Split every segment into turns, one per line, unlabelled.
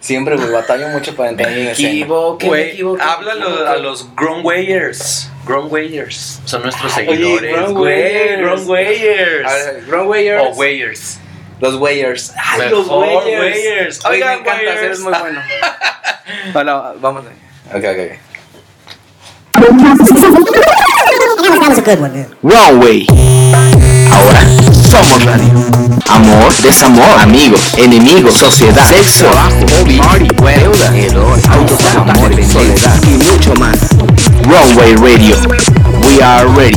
Siempre, güey, batallo mucho para entrar en
Me
escena.
equivoqué, me
Güey,
equivoqué. me
háblalo
equivoqué.
a los Gromwayers. Gromwayers. Son nuestros
Oye,
seguidores. Güey,
Gromwayers. A
Gromwayers.
ver, Grow Wayers.
Oh,
O Wayers.
Los Wayers.
Mejor Wayers.
Oye,
Oigan,
me encanta,
Wayers.
eres muy bueno. Hola, vamos. a- Ok, ok, ok.
That was a good one, dude.
Runway. Ahora somos radio. Amor, desamor, amigos, enemigos, sociedad, sexo, trabajo, hobby, party, deuda, error, amor, soledad y mucho más. Runway Radio. We are ready.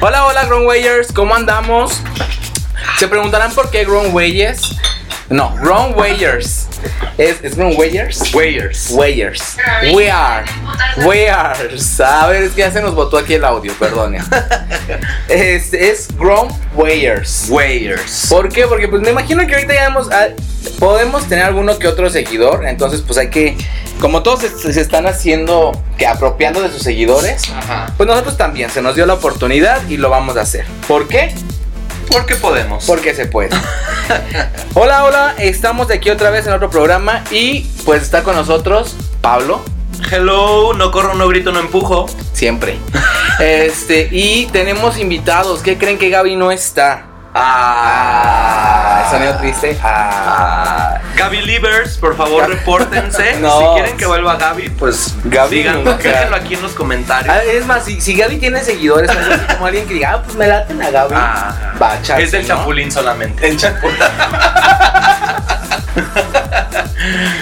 Hola, hola, Groundwayers, ¿cómo andamos? Se preguntarán por qué Groundwayers. No, Groundwayers. ¿Es, es Groundwayers?
Wayers.
Wayers. We are. We are. A ver, es que ya se nos botó aquí el audio, perdón. Es, es Groundwayers.
Wayers.
¿Por qué? Porque pues me imagino que ahorita ya hemos- ah, podemos tener alguno que otro seguidor, entonces pues hay que, como todos se, se están haciendo, que apropiando de sus seguidores,
Ajá.
pues nosotros también se nos dio la oportunidad y lo vamos a hacer. ¿Por qué?
Porque podemos.
Porque se puede. hola, hola, estamos aquí otra vez en otro programa y pues está con nosotros Pablo,
Hello, no corro, no grito, no empujo.
siempre. este, y tenemos invitados, ¿qué creen que Gaby no está? Ah, sonido triste. Ah.
Gaby Livers, por favor, repórtense.
No.
Si quieren que vuelva Gaby, pues
Gaby
díganlo,
nunca.
déjenlo aquí en los comentarios.
Ah, Es más, si, si Gaby tiene seguidores, algo así como alguien que diga, ah, pues me laten a Gaby.
Ah.
va a echarse,
es del
¿no?
chapulín solamente.
El Chapulín.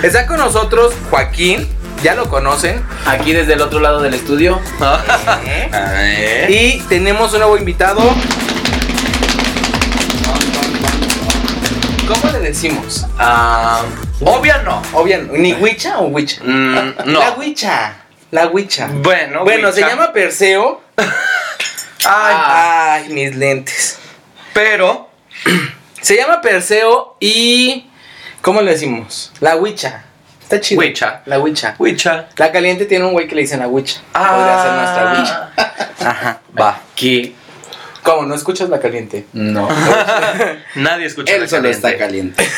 Está con nosotros Joaquín, ya lo conocen.
Aquí desde el otro lado del estudio.
Ah.
Y tenemos un nuevo invitado. ¿Cómo le decimos?
Ah, obvia no.
O bien, ¿ni Huicha o Huicha?
Mm,
La
no.
Huicha. La Huicha.
Bueno,
bueno, se
Wicha.
llama Perseo.
Ay,
Ay, mis lentes.
pero
Se llama Perseo y. ¿Cómo le decimos? La Huicha. Está chido.
Huicha.
La Huicha.
Wicha.
La caliente tiene un güey que le dicen la Huicha.
Ah.
Podría ser nuestra Huicha. Ajá. Va.
Aquí.
¿Cómo? ¿No escuchas la caliente?
No,
Nadie escucha.
él
la
solo está
caliente.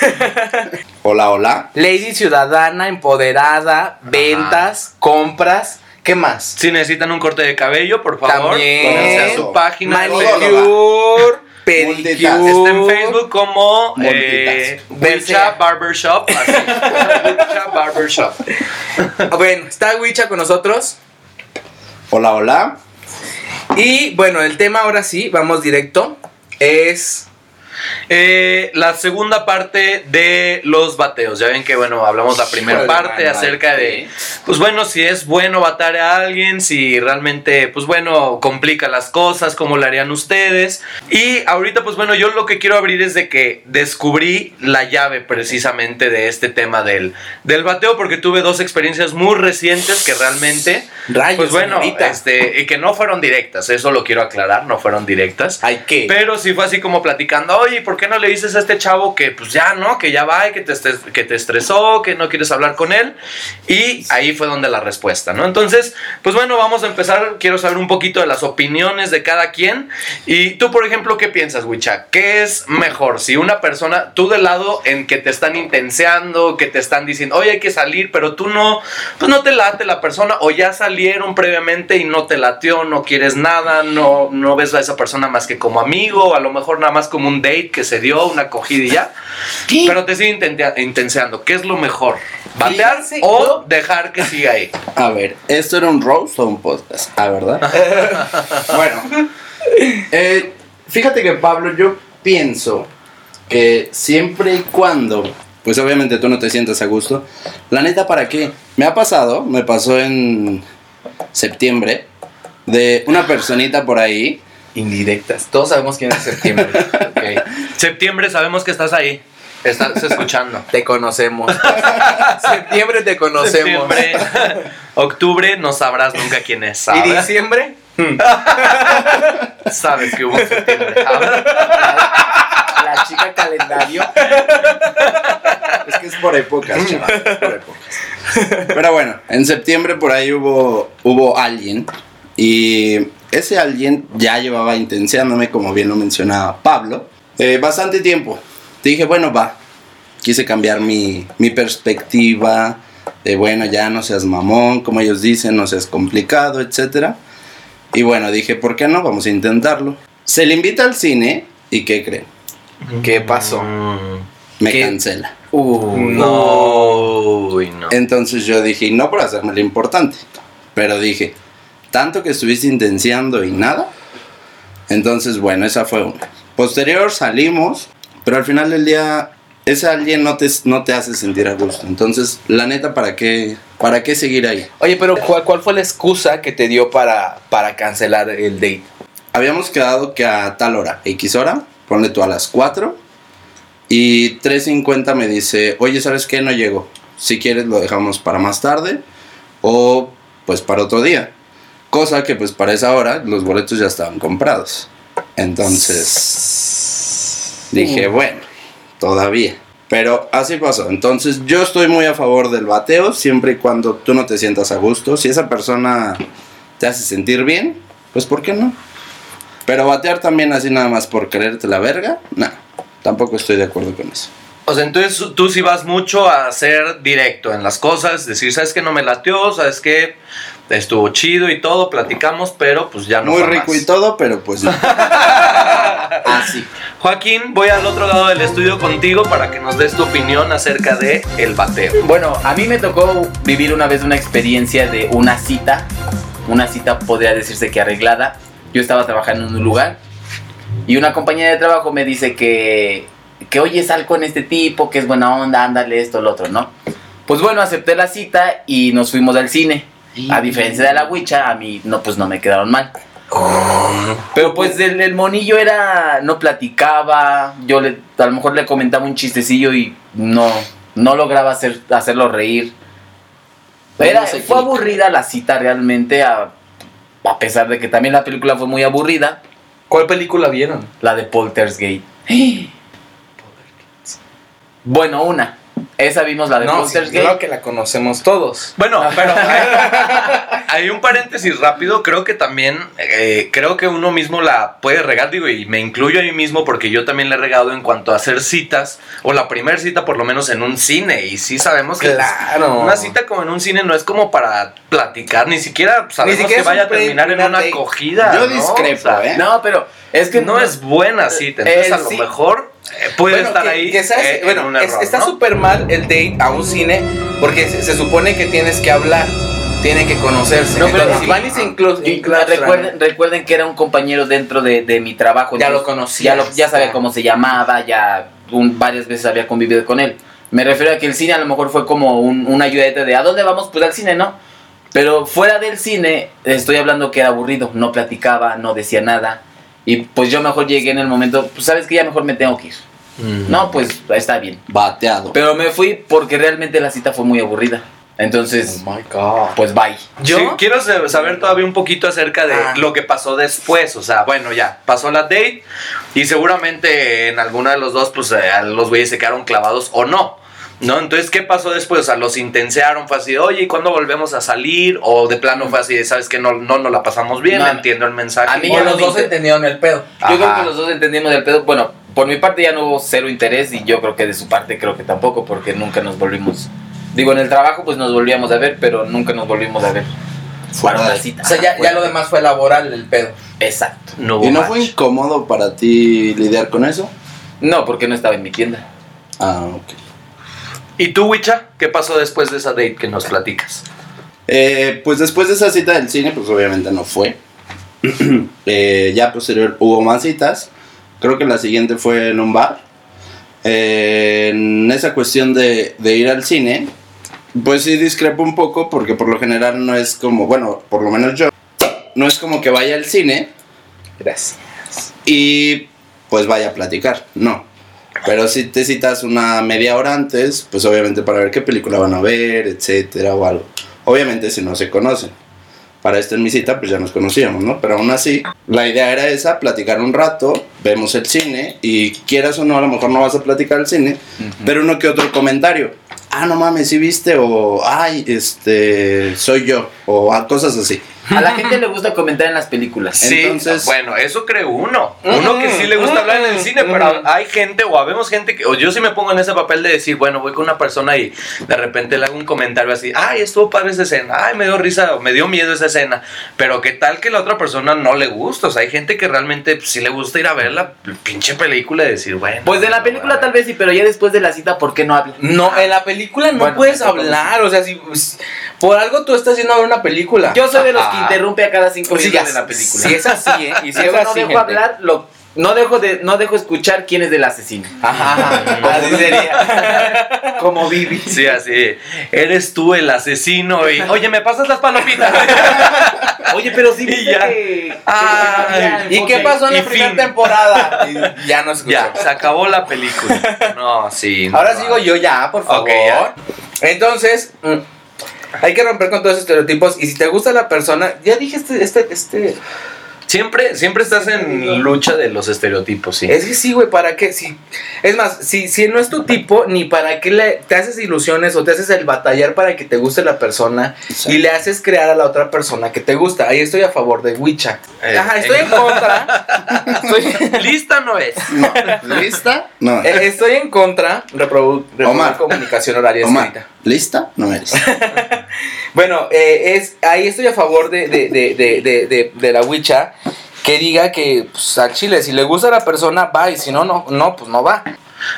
caliente. Hola, hola.
Lady ciudadana, empoderada, ventas, compras. ¿Qué más?
Si necesitan un corte de cabello, por favor,
También.
pónganse a su página. de
Manicure.
Facebook.
Manicure,
Multitask.
pedicure.
Está en Facebook como eh,
Montitas.
Wicha Barbershop. así. Wicha Barbershop.
Ah, Bueno, está Huicha con nosotros.
Hola, hola.
Y bueno, el tema ahora sí, vamos directo. Es.
Eh, la segunda parte de los bateos. Ya ven que, bueno, hablamos la primera
Híjole,
parte
mano,
acerca
ay,
de, pues bueno, si es bueno batar a alguien, si realmente, pues bueno, complica las cosas, como lo harían ustedes. Y ahorita, pues bueno, yo lo que quiero abrir es de que descubrí la llave precisamente de este tema del, del bateo, porque tuve dos experiencias muy recientes que realmente,
Rayos,
pues bueno,
señorita.
este, y que no fueron directas, eso lo quiero aclarar, no fueron directas.
Hay que.
Pero sí fue así como platicando, oye, ¿por qué no le dices a este chavo que pues ya no, que ya va y que te, estres- que te estresó, que no quieres hablar con él? Y ahí fue donde la respuesta, ¿no? Entonces, pues bueno, vamos a empezar, quiero saber un poquito de las opiniones de cada quien. Y tú, por ejemplo, ¿qué piensas, Wicha? ¿Qué es mejor si una persona, tú del lado en que te están intenseando, que te están diciendo, oye, hay que salir, pero tú no, pues no te late la persona, o ya salieron previamente y no te latió, no quieres nada, no, no ves a esa persona más que como amigo, a lo mejor nada más como un date que se dio, una acogida y ya, pero te sigue intentea- intenseando. ¿Qué es lo mejor? ¿Batear
Fíjense,
o dejar que siga ahí?
A ver, ¿esto era un roast o un podcast? Ah, ¿verdad? bueno, eh, fíjate que Pablo, yo pienso que siempre y cuando, pues obviamente tú no te sientas a gusto, la neta, ¿para qué? Me ha pasado, me pasó en septiembre, de una personita por ahí.
Indirectas. Todos sabemos quién es septiembre. Ok.
Septiembre sabemos que estás ahí, estás escuchando.
Te conocemos. septiembre te conocemos.
Septiembre, octubre, no sabrás nunca quién es. ¿sabes? Hmm.
¿Y diciembre?
Ah. Sabes que hubo un septiembre. ¿sabes?
la chica calendario. es que es por épocas, chaval. es por épocas. Pero bueno, en septiembre por ahí hubo, hubo alguien. Y ese alguien ya llevaba intenciándome, como bien lo mencionaba Pablo, eh, bastante tiempo. Dije, bueno, va. Quise cambiar mi, mi perspectiva. De bueno, ya no seas mamón, como ellos dicen, no seas complicado, etcétera. Y bueno, dije, ¿por qué no? Vamos a intentarlo. Se le invita al cine y ¿qué creen?
¿Qué pasó?
Me
¿Qué?
cancela.
Uh,
no. Uy, no.
Entonces yo dije, y no por hacerme lo importante, pero dije, tanto que estuviste intenciando y nada. Entonces, bueno, esa fue una. Posterior salimos, pero al final del día, ese alguien no te, no te hace sentir a gusto. Entonces, la neta, ¿para qué, para qué seguir ahí?
Oye, pero ¿cuál, cuál fue la excusa que te dio para, para cancelar el date?
Habíamos quedado que a tal hora, X hora, ponle tú a las 4. Y 3.50 me dice, oye, ¿sabes qué? No llego. Si quieres lo dejamos para más tarde o pues para otro día. Cosa que pues para esa hora los boletos ya estaban comprados. Entonces dije, bueno, todavía. Pero así pasó. Entonces yo estoy muy a favor del bateo siempre y cuando tú no te sientas a gusto. Si esa persona te hace sentir bien, pues ¿por qué no? Pero batear también así nada más por creerte la verga, no. Tampoco estoy de acuerdo con eso.
O sea, entonces tú sí vas mucho a ser directo en las cosas, decir, sabes que no me latió, sabes que estuvo chido y todo, platicamos, pero pues ya no.
Muy
fue
rico
más.
y todo, pero pues no. así.
Joaquín, voy al otro lado del estudio contigo para que nos des tu opinión acerca de el bateo.
Bueno, a mí me tocó vivir una vez una experiencia de una cita. Una cita podría decirse que arreglada. Yo estaba trabajando en un lugar y una compañera de trabajo me dice que, que oye, sal con este tipo, que es buena onda, ándale esto, lo otro, ¿no? Pues bueno, acepté la cita y nos fuimos al cine. A diferencia de la Wicha, a mí no, pues no me quedaron mal.
Oh.
Pero pues el, el monillo era, no platicaba, yo le, a lo mejor le comentaba un chistecillo y no, no lograba hacer, hacerlo reír. Era,
Pues No se
fue
clica.
aburrida la cita realmente, a, a pesar de que también la película fue muy aburrida,
¿Cuál película vieron?
la de Poltergeist. Bueno, una. Esa vimos la de
No, sí,
Poltergeist.
creo que la conocemos todos.
Bueno, pero hay un paréntesis rápido. Creo que también, eh, creo que uno mismo la puede regar, digo, y me incluyo a mí mismo porque yo también la he regado en cuanto a hacer citas, o la primera cita por lo menos en un cine, y sí sabemos
Pues,
que
Claro.
una cita como en un cine no es como para platicar, ni siquiera sabemos
siquiera
que
es un
vaya a
pre-
terminar en
una
una
date.
acogida.
Yo
¿no?
discrepo,
O sea,
¿eh?
No, pero es que
No es buena cita, entonces
Eh,
a lo
sí.
mejor eh, puede
Bueno,
estar
que-
ahí
que sabes-
eh, en
bueno,
un
es-
error,
está
¿no?
súper mal el date a un cine porque se, se supone que tienes que hablar, tienen que conocerse.
No, pero
Entonces,
si
van ah, y se inclu-
Y
inclustran,
recuerden, recuerden que era un compañero dentro de, de mi trabajo.
Ya lo
entonces,
conocías.
Ya, lo- ya sabía cómo se llamaba, ya un- varias veces había convivido con él. Me refiero a que el cine a lo mejor fue como un, una ayudeta de ¿a dónde vamos? Pues al cine, ¿no? Pero fuera del cine, estoy hablando que era aburrido, no platicaba, no decía nada. Y pues yo mejor llegué en el momento, pues sabes que ya mejor me tengo que ir.
Mm.
No, pues está bien.
Bateado.
Pero me fui porque realmente la cita fue muy aburrida. Entonces,
Oh my god.
pues bye.
Sí, quiero sa- saber todavía un poquito acerca de
Ah.
lo que pasó después. O sea, bueno, ya pasó la date y seguramente en alguna de los dos, pues eh, los güeyes se quedaron clavados o no. ¿No? Entonces, ¿qué pasó después? O sea, los intensearon, fue así, oye, ¿y cuándo volvemos a salir? O de plano fue así, de, ¿sabes que No, no, no la pasamos bien,
No, no.
entiendo el mensaje.
A mí
O
ya no
los
me
dos
inter-
entendieron el pedo.
Yo creo
Ajá.
que los dos entendimos el pedo. Bueno, por mi parte ya no hubo cero interés y yo creo que de su parte creo que tampoco porque nunca nos volvimos. Digo, en el trabajo pues nos volvíamos a ver, pero nunca nos volvimos a ver. Para una cita.
O sea, ya, ya lo demás fue laboral el pedo.
Exacto.
no hubo
¿Y no
match.
fue incómodo para ti lidiar con eso?
No, porque no estaba en mi tienda.
Ah, ok.
¿Y tú, Wicha? ¿Qué pasó después de esa date que nos platicas?
Eh, pues después de esa cita del cine, pues obviamente no fue. Eh, ya posterior hubo más citas. Creo que la siguiente fue en un bar. Eh, en esa cuestión de, de ir al cine, pues sí discrepo un poco porque por lo general no es como, bueno, por lo menos yo, no es como que vaya al cine
Gracias.
y pues vaya a platicar, no. Pero si te citas una media hora antes, pues obviamente para ver qué película van a ver, etcétera o algo. Obviamente si no se conocen. para esto en mi cita, pues ya nos conocíamos, ¿no? Pero aún así, la idea era esa, platicar un rato, vemos el cine y quieras o no, a lo mejor no vas a platicar el cine, pero uno que otro comentario. Ah, no mames, sí viste, o ay, este, soy yo, o ah, cosas así.
A la gente le gusta comentar en las películas.
Sí,
Entonces-
bueno, eso cree uno. Uno que sí le gusta hablar en el cine, pero hay gente o habemos gente que, o yo sí me pongo en ese papel de decir, bueno, voy con una persona y de repente le hago un comentario así, ay, estuvo padre esa escena, ay, me dio risa, o me dio miedo esa escena, pero qué tal que la otra persona no le gusta, o sea, hay gente que realmente pues, sí le gusta ir a ver la pinche película y decir, bueno.
Pues de la película tal vez sí, pero ya después de la cita, ¿por qué no hablan?
No, en la película no
Bueno,
puedes
eso también.
hablar. O sea, si pues, por algo tú estás yendo a ver una película.
Yo soy de los que
Ajá.
interrumpe a cada cinco
Ah, pues Sí,
minutos
ya-
de la película.
sí, es así, ¿eh? Y sí
Luego
es
no
así,
dejo
gente.
hablar, lo- no dejo de, no dejo escuchar quién es del asesino.
Ajá, así sería. Como Vivi.
Sí, así. Eres tú el asesino y, oye, me pasas las palomitas.
Oye, pero sí viste
ya.
que-
Ay.
¿Y qué pasó en
Y
la primera
fin.
temporada? Y ya no escuchó.
ya, se acabó la película. No, sí.
Ahora
no.
sigo yo ya, por favor.
Ok, ya.
Entonces, mm, hay que romper con todos esos estereotipos. Y si te gusta la persona, ya dije este, este, este.
Siempre, siempre estás en lucha de los estereotipos, sí.
Es que sí, güey, ¿para qué? Si, es más, si, si no es tu tipo, ni para qué le, te haces ilusiones o te haces el batallar para que te guste la persona y le haces crear a la otra persona que te gusta. Ahí estoy a favor de Wicha.
Eh,
Ajá, estoy en contra. estoy,
Lista no es.
No, ¿Lista? No.
eh, estoy en contra. Reprodu, reproducir
Omar.
comunicación horaria eh, escrita.
Omar, ¿lista? No eres.
Bueno, eh, es, ahí estoy a favor de, de, de, de, de, de- de la Wicha que diga que pues, a Chile, si le gusta a la persona, va, y si no, no, no pues no va.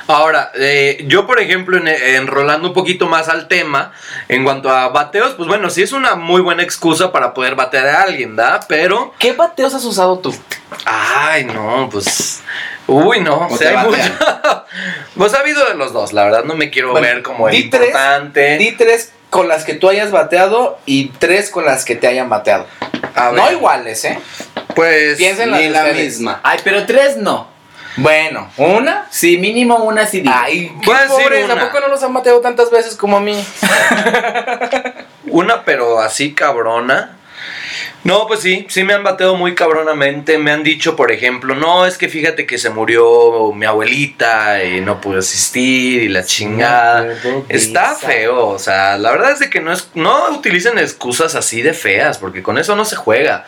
Ahora, eh, yo por ejemplo, en- enrolando un poquito más al tema, en cuanto a bateos, pues bueno, sí es una muy buena excusa para poder batear a alguien, ¿da? Pero,
¿Qué bateos has usado tú?
ay, no, pues... Uy, no, o
O
sea,
te
hay
batean.
mucho- Pues ha habido de los dos, la verdad, no me quiero
Bueno,
ver como el
di tres,
importante.
Di tres con las que tú hayas bateado y tres con las que te hayan bateado.
A ver,
No iguales, ¿eh?
Pues...
Piensa en las
Ni
de
la
ustedes.
misma.
Ay, pero tres no.
Bueno, una.
Sí, mínimo una sí digo.
Ay, qué
Voy a decir
pobres,
una.
¿a poco no los han bateado tantas veces como a mí?
Una, pero así cabrona. No, pues sí, sí me han bateado muy cabronamente. Me han dicho, por ejemplo, no, es que fíjate que se murió mi abuelita y no pude asistir y la chingada.
acuerdo de
Está
esa.
feo, o sea, la verdad es de que no, es, no utilicen excusas así de feas, porque con eso no se juega.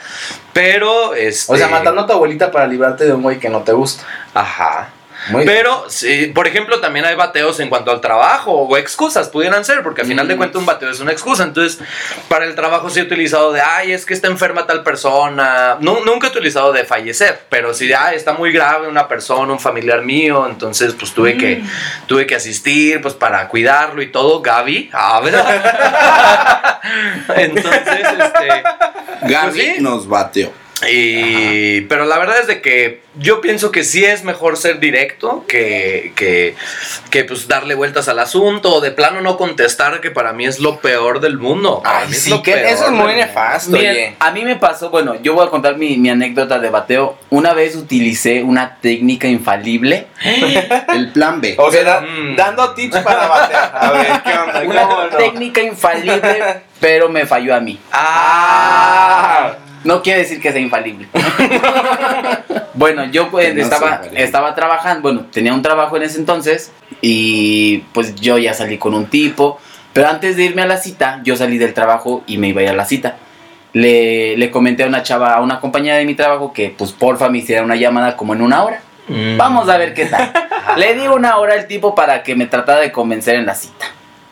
Pero, este...
O sea, matando a tu abuelita para librarte de un güey que no te gusta.
Ajá.
Muy bien.
Pero, sí, por ejemplo, también hay bateos en cuanto al trabajo o excusas pudieran ser, porque al final
Mm.
de cuentas un bateo es una excusa. Entonces, para el trabajo sí he utilizado de, ay, es que está enferma tal persona. Nu- nunca he utilizado de fallecer, pero sí de, ay, está muy grave una persona, un familiar mío. Entonces, pues tuve, que,
Mm.
tuve que asistir, pues para cuidarlo y todo. Gaby, ah, ¿verdad? Entonces, este...
Gaby
Pues sí.
nos bateó.
Y, pero la verdad es de que yo pienso que sí es mejor ser directo que, que, que, pues darle vueltas al asunto o de plano no contestar, que para mí es lo peor del mundo. Para mí es lo peor
eso es
del
muy
mundo.
nefasto,
Miren,
oye.
a mí me pasó, bueno, yo voy a contar mi, mi anécdota de bateo. Una vez utilicé una técnica infalible.
El plan B.
O sea, da-
Mm.
dando tips para batear. A ver, ¿qué onda?
Una
¿Cómo no?
técnica infalible, pero me falló a mí.
Ah,
No quiere decir que sea infalible. bueno, yo pues,
Que no sea
estaba,
infalible.
estaba trabajando, bueno, tenía un trabajo en ese entonces y pues yo ya salí con un tipo, pero antes de irme a la cita, yo salí del trabajo y me iba a ir a la cita. Le, le comenté a una chava, a una compañera de mi trabajo que pues porfa me hiciera una llamada como en una hora.
Mm.
Vamos a ver qué tal. Le di una hora al tipo para que me tratara de convencer en la cita.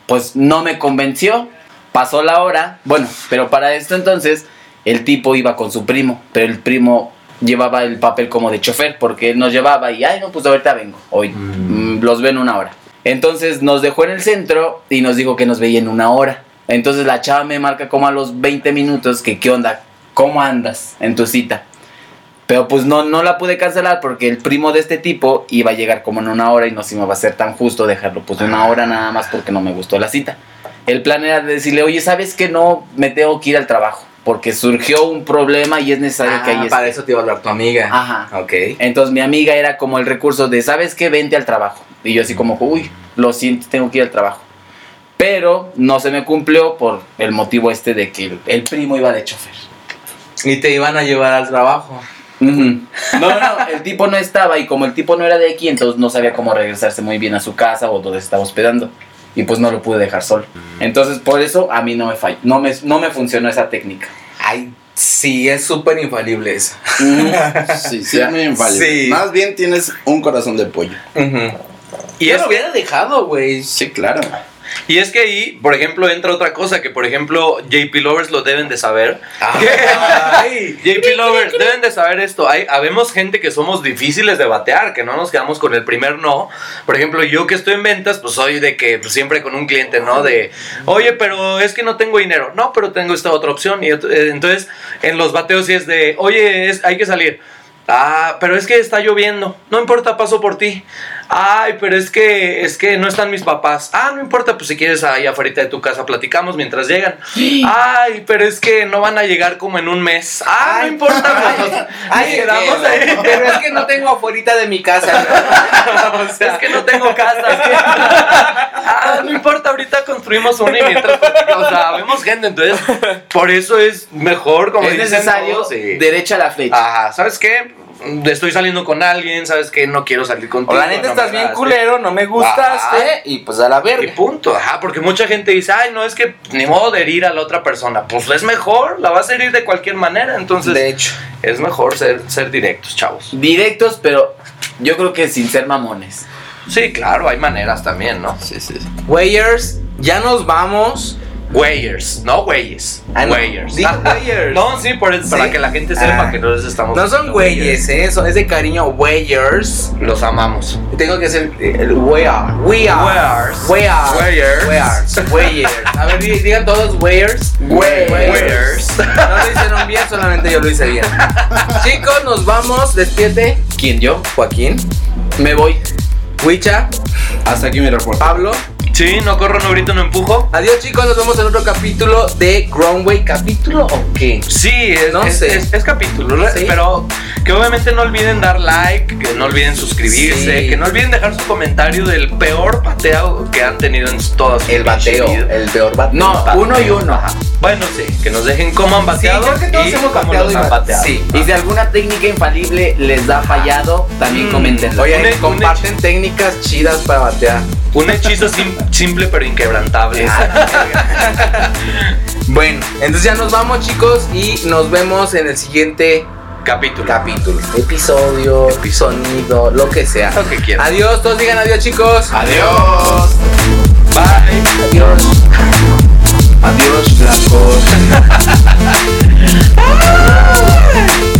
Pues no me convenció. Pasó la hora. Bueno, pero para esto entonces el tipo iba con su primo. Pero el primo llevaba el papel como de chofer porque él nos llevaba y, ay, no, pues ahorita vengo. Hoy Mm, los veo en una hora. Entonces nos dejó en el centro y nos dijo que nos veía en una hora. Entonces la chava me marca como a los 20 minutos que, ¿qué onda? ¿Cómo andas en tu cita? Pero pues no, no la pude cancelar porque el primo de este tipo iba a llegar como en una hora y no se me va a ser tan justo dejarlo pues una hora nada más porque no me gustó la cita. El plan era decirle, oye, ¿sabes que no me tengo que ir al trabajo? Porque surgió un problema y es necesario que ahí Ah.
Ah, para eso te iba a hablar tu amiga.
Ajá.
Ok.
Entonces mi amiga era como el recurso de, ¿sabes qué? Vente al trabajo. Y yo así como, uy, lo siento, tengo que ir al trabajo. Pero no se me cumplió por el motivo este de que el, el primo iba de chofer.
Y te iban a llevar al trabajo.
Ujú. No, no, el tipo no estaba y como el tipo no era de aquí, entonces no sabía cómo regresarse muy bien a su casa o dónde se estaba hospedando. Y pues no lo pude dejar solo. Entonces por eso a mí no me falló, no me, no me funcionó esa técnica.
Ay, sí, es súper infalible esa.
Sí, sí, es muy infalible.
Sí.
Más bien tienes un corazón de pollo.
Y
Yo
es-
lo hubiera dejado, güey.
Sí, claro.
Y es que ahí, por ejemplo, entra otra cosa que, por ejemplo, JP Lovers lo deben de saber.
Ay.
JP Lovers, deben de saber esto. Hay, habemos gente que somos difíciles de batear, que no nos quedamos con el primer no. Por ejemplo, yo que estoy en ventas, pues soy de que pues, siempre con un cliente, ¿no? De, oye, pero es que no tengo dinero. No, pero tengo esta otra opción. Y ot- eh, entonces, en los bateos sí es de, oye, es- hay que salir. Ah, pero es que está lloviendo. No importa, paso por ti. Ay, pero es que es que no están mis papás. Ah, no importa, pues si quieres ahí afuera de tu casa platicamos mientras llegan. Ay, pero es que no van a llegar como en un mes. Ah, no importa. pues, nos-
Ay,
nos quedamos ahí.
pero, pero es que no tengo afuera de mi casa. O sea,
Es que no tengo casa. es que- Ah, no importa, ahorita construimos una y mientras platicamos. O sea, vemos gente, entonces por eso es mejor como
es
dicen
necesario
todos, sí.
derecha a la
Ah,
flecha.
Ajá, Ah, ¿sabes qué? Estoy saliendo con alguien, ¿sabes qué? No quiero salir
o
contigo.
la neta
no me
estás bien
agradas,
culero, no me gustaste
Ajá.
y pues a la
Y
verga.
punto, ajá, porque mucha gente dice, ay, no, es que ni modo de herir a la otra persona. Pues es mejor, la vas a herir de cualquier manera, entonces
De hecho,
es mejor ser, ser directos, chavos.
Directos, pero yo creo que sin ser mamones.
Sí, claro, hay maneras también, ¿no?
Sí, sí.
Weyers, ya nos vamos.
Weyers, no güeyes.
Ah, no,
Weyers.
dije güeyers.
no, sí, por eso, para
Sí.
que la gente sepa
Ah.
que no les estamos.
No son
diciendo
güeyes, eh, eso es de cariño Weyers.
güeyes. Los amamos.
Tengo que hacer eh, el we are. We are.
Weyers.
We are.
Weyers.
Weyers. Weyers. A ver, di- digan todos Weyers.
Weyers.
No lo hicieron bien, solamente yo lo hice bien. Chicos, nos vamos. Despídete.
¿Quién yo?
Joaquín,
Me voy.
Huicha,
Hasta aquí mi reporte.
Pablo.
Sí, no corro, no grito, no empujo.
Adiós chicos, nos vemos en otro capítulo de Groundway. ¿Capítulo o qué?
Sí, es,
No
es-
sé.
es- es capítulo, ¿verdad?
Sí.
pero que obviamente no olviden dar like, que no olviden suscribirse,
Sí.
que no olviden dejar su comentario del peor bateo que han tenido en todas sus
El bateo,
pinches vidas.
el peor bateo.
No, uno y uno.
Bueno, sí, que nos dejen cómo han
Sí,
bateado
creo que todos
y
hemos
cómo
bateado
los
y
han
ba-
bateado. Ah.
Sí.
Y si alguna técnica infalible les da fallado, también
Mm.
comentenlo.
Un
Oye,
hecho-
comparten técnicas chidas para batear.
Un hechizo sim- simple pero inquebrantable.
Bueno, entonces ya nos vamos chicos y nos vemos en el siguiente
capítulo.
capítulo. Episodio, sonido, lo que sea.
Lo que quieran.
Adiós, todos digan adiós chicos.
Adiós.
Bye.
Adiós.
Adiós, flacos.